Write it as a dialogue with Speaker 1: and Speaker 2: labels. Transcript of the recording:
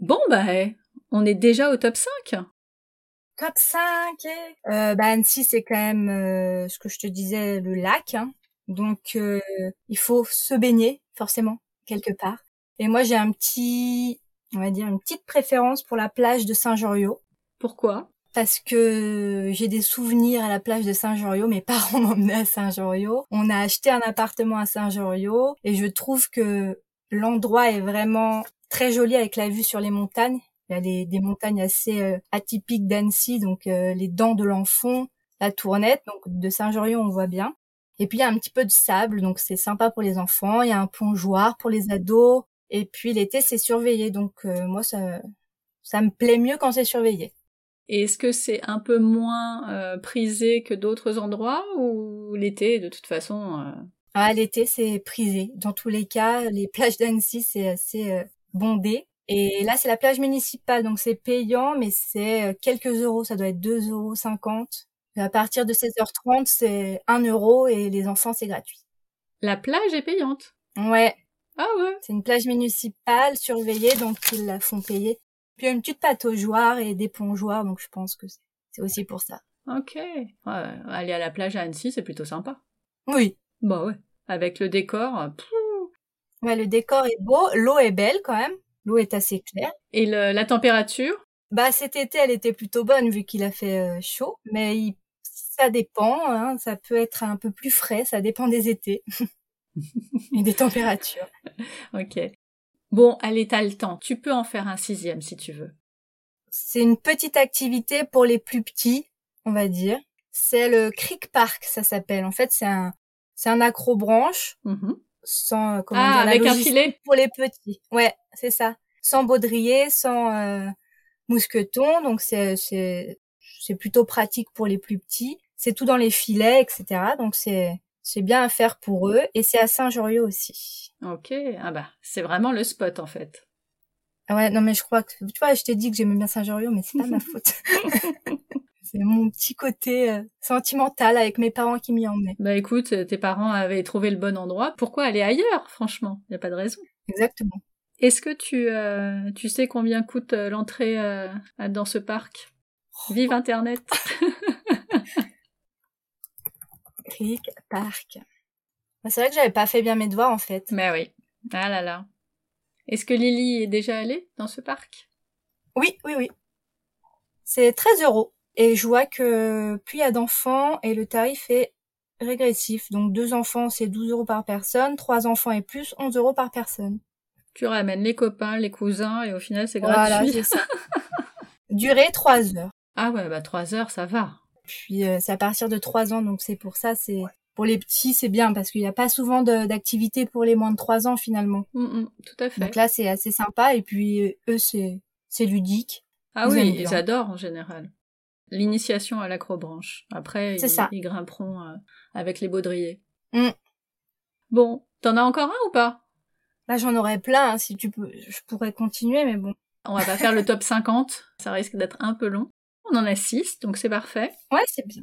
Speaker 1: Bon, bah, eh, on est déjà au top 5.
Speaker 2: Top 5 euh, bah, Annecy, c'est quand même euh, ce que je te disais, le lac. hein. Donc, euh, il faut se baigner, forcément, quelque part. Et moi, j'ai un petit, on va dire, une petite préférence pour la plage de Saint-Joriot.
Speaker 1: Pourquoi
Speaker 2: Parce que j'ai des souvenirs à la plage de Saint-Joriot. Mes parents m'emmenaient à Saint-Joriot. On a acheté un appartement à Saint-Joriot. Et je trouve que l'endroit est vraiment très joli avec la vue sur les montagnes. Il y a des, des montagnes assez euh, atypiques d'Annecy, donc euh, les dents de l'enfant, la tournette, donc de Saint-Jorion on voit bien. Et puis il y a un petit peu de sable, donc c'est sympa pour les enfants. Il y a un plongeoir pour les ados. Et puis l'été c'est surveillé, donc euh, moi ça, ça me plaît mieux quand c'est surveillé.
Speaker 1: Et est-ce que c'est un peu moins euh, prisé que d'autres endroits ou l'été, de toute façon euh,
Speaker 2: Ah, l'été c'est prisé. Dans tous les cas, les plages d'Annecy c'est assez euh, bondé. Et là c'est la plage municipale, donc c'est payant, mais c'est euh, quelques euros. Ça doit être 2,50 euros. À partir de 16h30 c'est 1 euro et les enfants c'est gratuit.
Speaker 1: La plage est payante.
Speaker 2: Ouais,
Speaker 1: Ah ouais
Speaker 2: C'est une plage municipale surveillée, donc ils la font payer. Puis il y a une petite pataugeoire et des plongeoires, donc je pense que c'est- c'est aussi pour ça.
Speaker 1: Ok. Ouais, aller à la plage à Annecy, c'est plutôt sympa.
Speaker 2: Oui.
Speaker 1: Bah ouais. Avec le décor. euh, pff.
Speaker 2: Ouais, le décor est beau, l'eau est belle quand même. L'eau est assez claire.
Speaker 1: Et le- la température
Speaker 2: Bah cet été, elle était plutôt bonne vu qu'il a fait euh, chaud, mais il- ça dépend. hein, ça peut être un peu plus frais, ça dépend des étés et des températures.
Speaker 1: Ok. Bon, allez, t'as le temps. Tu peux en faire un sixième si tu veux.
Speaker 2: C'est une petite activité pour les plus petits, on va dire. C'est le Creek Park, ça s'appelle. En fait, c'est un c'est un accrobranche
Speaker 1: Mhm.
Speaker 2: sans euh, comment
Speaker 1: Ah,
Speaker 2: dire, la
Speaker 1: avec un
Speaker 2: logistique
Speaker 1: filet
Speaker 2: pour les petits. Ouais, c'est ça. Sans baudrier, sans euh, mousqueton, donc c'est c'est c'est plutôt pratique pour les plus petits. C'est tout dans les filets, etc. Donc c'est c'est bien à faire pour eux et c'est à Saint-Joriot aussi.
Speaker 1: Ok. Ah bah, c'est vraiment le spot en fait.
Speaker 2: Ah ouais, non mais je crois que tu vois, je t'ai dit que j'aimais bien Saint-Joriot, mais c'est pas ma faute. c'est mon petit côté euh, sentimental avec mes parents qui m'y emmenaient.
Speaker 1: Bah écoute, euh, tes parents avaient trouvé le bon endroit. Pourquoi aller ailleurs, franchement Il n'y a pas de raison.
Speaker 2: Exactement.
Speaker 1: Est-ce que tu, euh, tu sais combien coûte euh, l'entrée euh, à- dans ce parc Vive Internet
Speaker 2: Creek Park. Bah, C'est vrai que j'avais pas fait bien mes devoirs en fait.
Speaker 1: Mais oui. Ah là là. Est-ce que Lily est déjà allée dans ce parc
Speaker 2: Oui, oui, oui. C'est 13 euros. Et je vois que plus il y a d'enfants et le tarif est régressif. Donc deux enfants, c'est 12 euros par personne. Trois enfants et plus, 11 euros par personne.
Speaker 1: Tu ramènes les copains, les cousins et au final c'est
Speaker 2: Voilà,
Speaker 1: gratuit.
Speaker 2: c'est ça. Durée, trois heures.
Speaker 1: Ah ouais, bah trois heures, ça va.
Speaker 2: Puis euh, c'est à partir de trois ans, donc c'est pour ça, c'est... Pour les petits, c'est bien parce qu'il n'y a pas souvent de- d'activités pour les moins de trois ans finalement.
Speaker 1: Mm, mm, tout à fait.
Speaker 2: Donc là, c'est assez sympa et puis euh, eux, c'est c'est ludique.
Speaker 1: Ah
Speaker 2: Ils
Speaker 1: oui,
Speaker 2: aiment
Speaker 1: ils
Speaker 2: bien.
Speaker 1: adorent en général. L'initiation à l'acrobranche. Après,
Speaker 2: C'est
Speaker 1: ils,
Speaker 2: ça.
Speaker 1: ils grimperont euh, avec les baudriers.
Speaker 2: Mm.
Speaker 1: Bon, t'en as encore un ou pas
Speaker 2: Là, j'en aurais plein. hein, si tu peux, je pourrais continuer, mais bon.
Speaker 1: On va pas faire le top 50, ça risque d'être un peu long. On en a 6, donc c'est parfait.
Speaker 2: Ouais, c'est bien.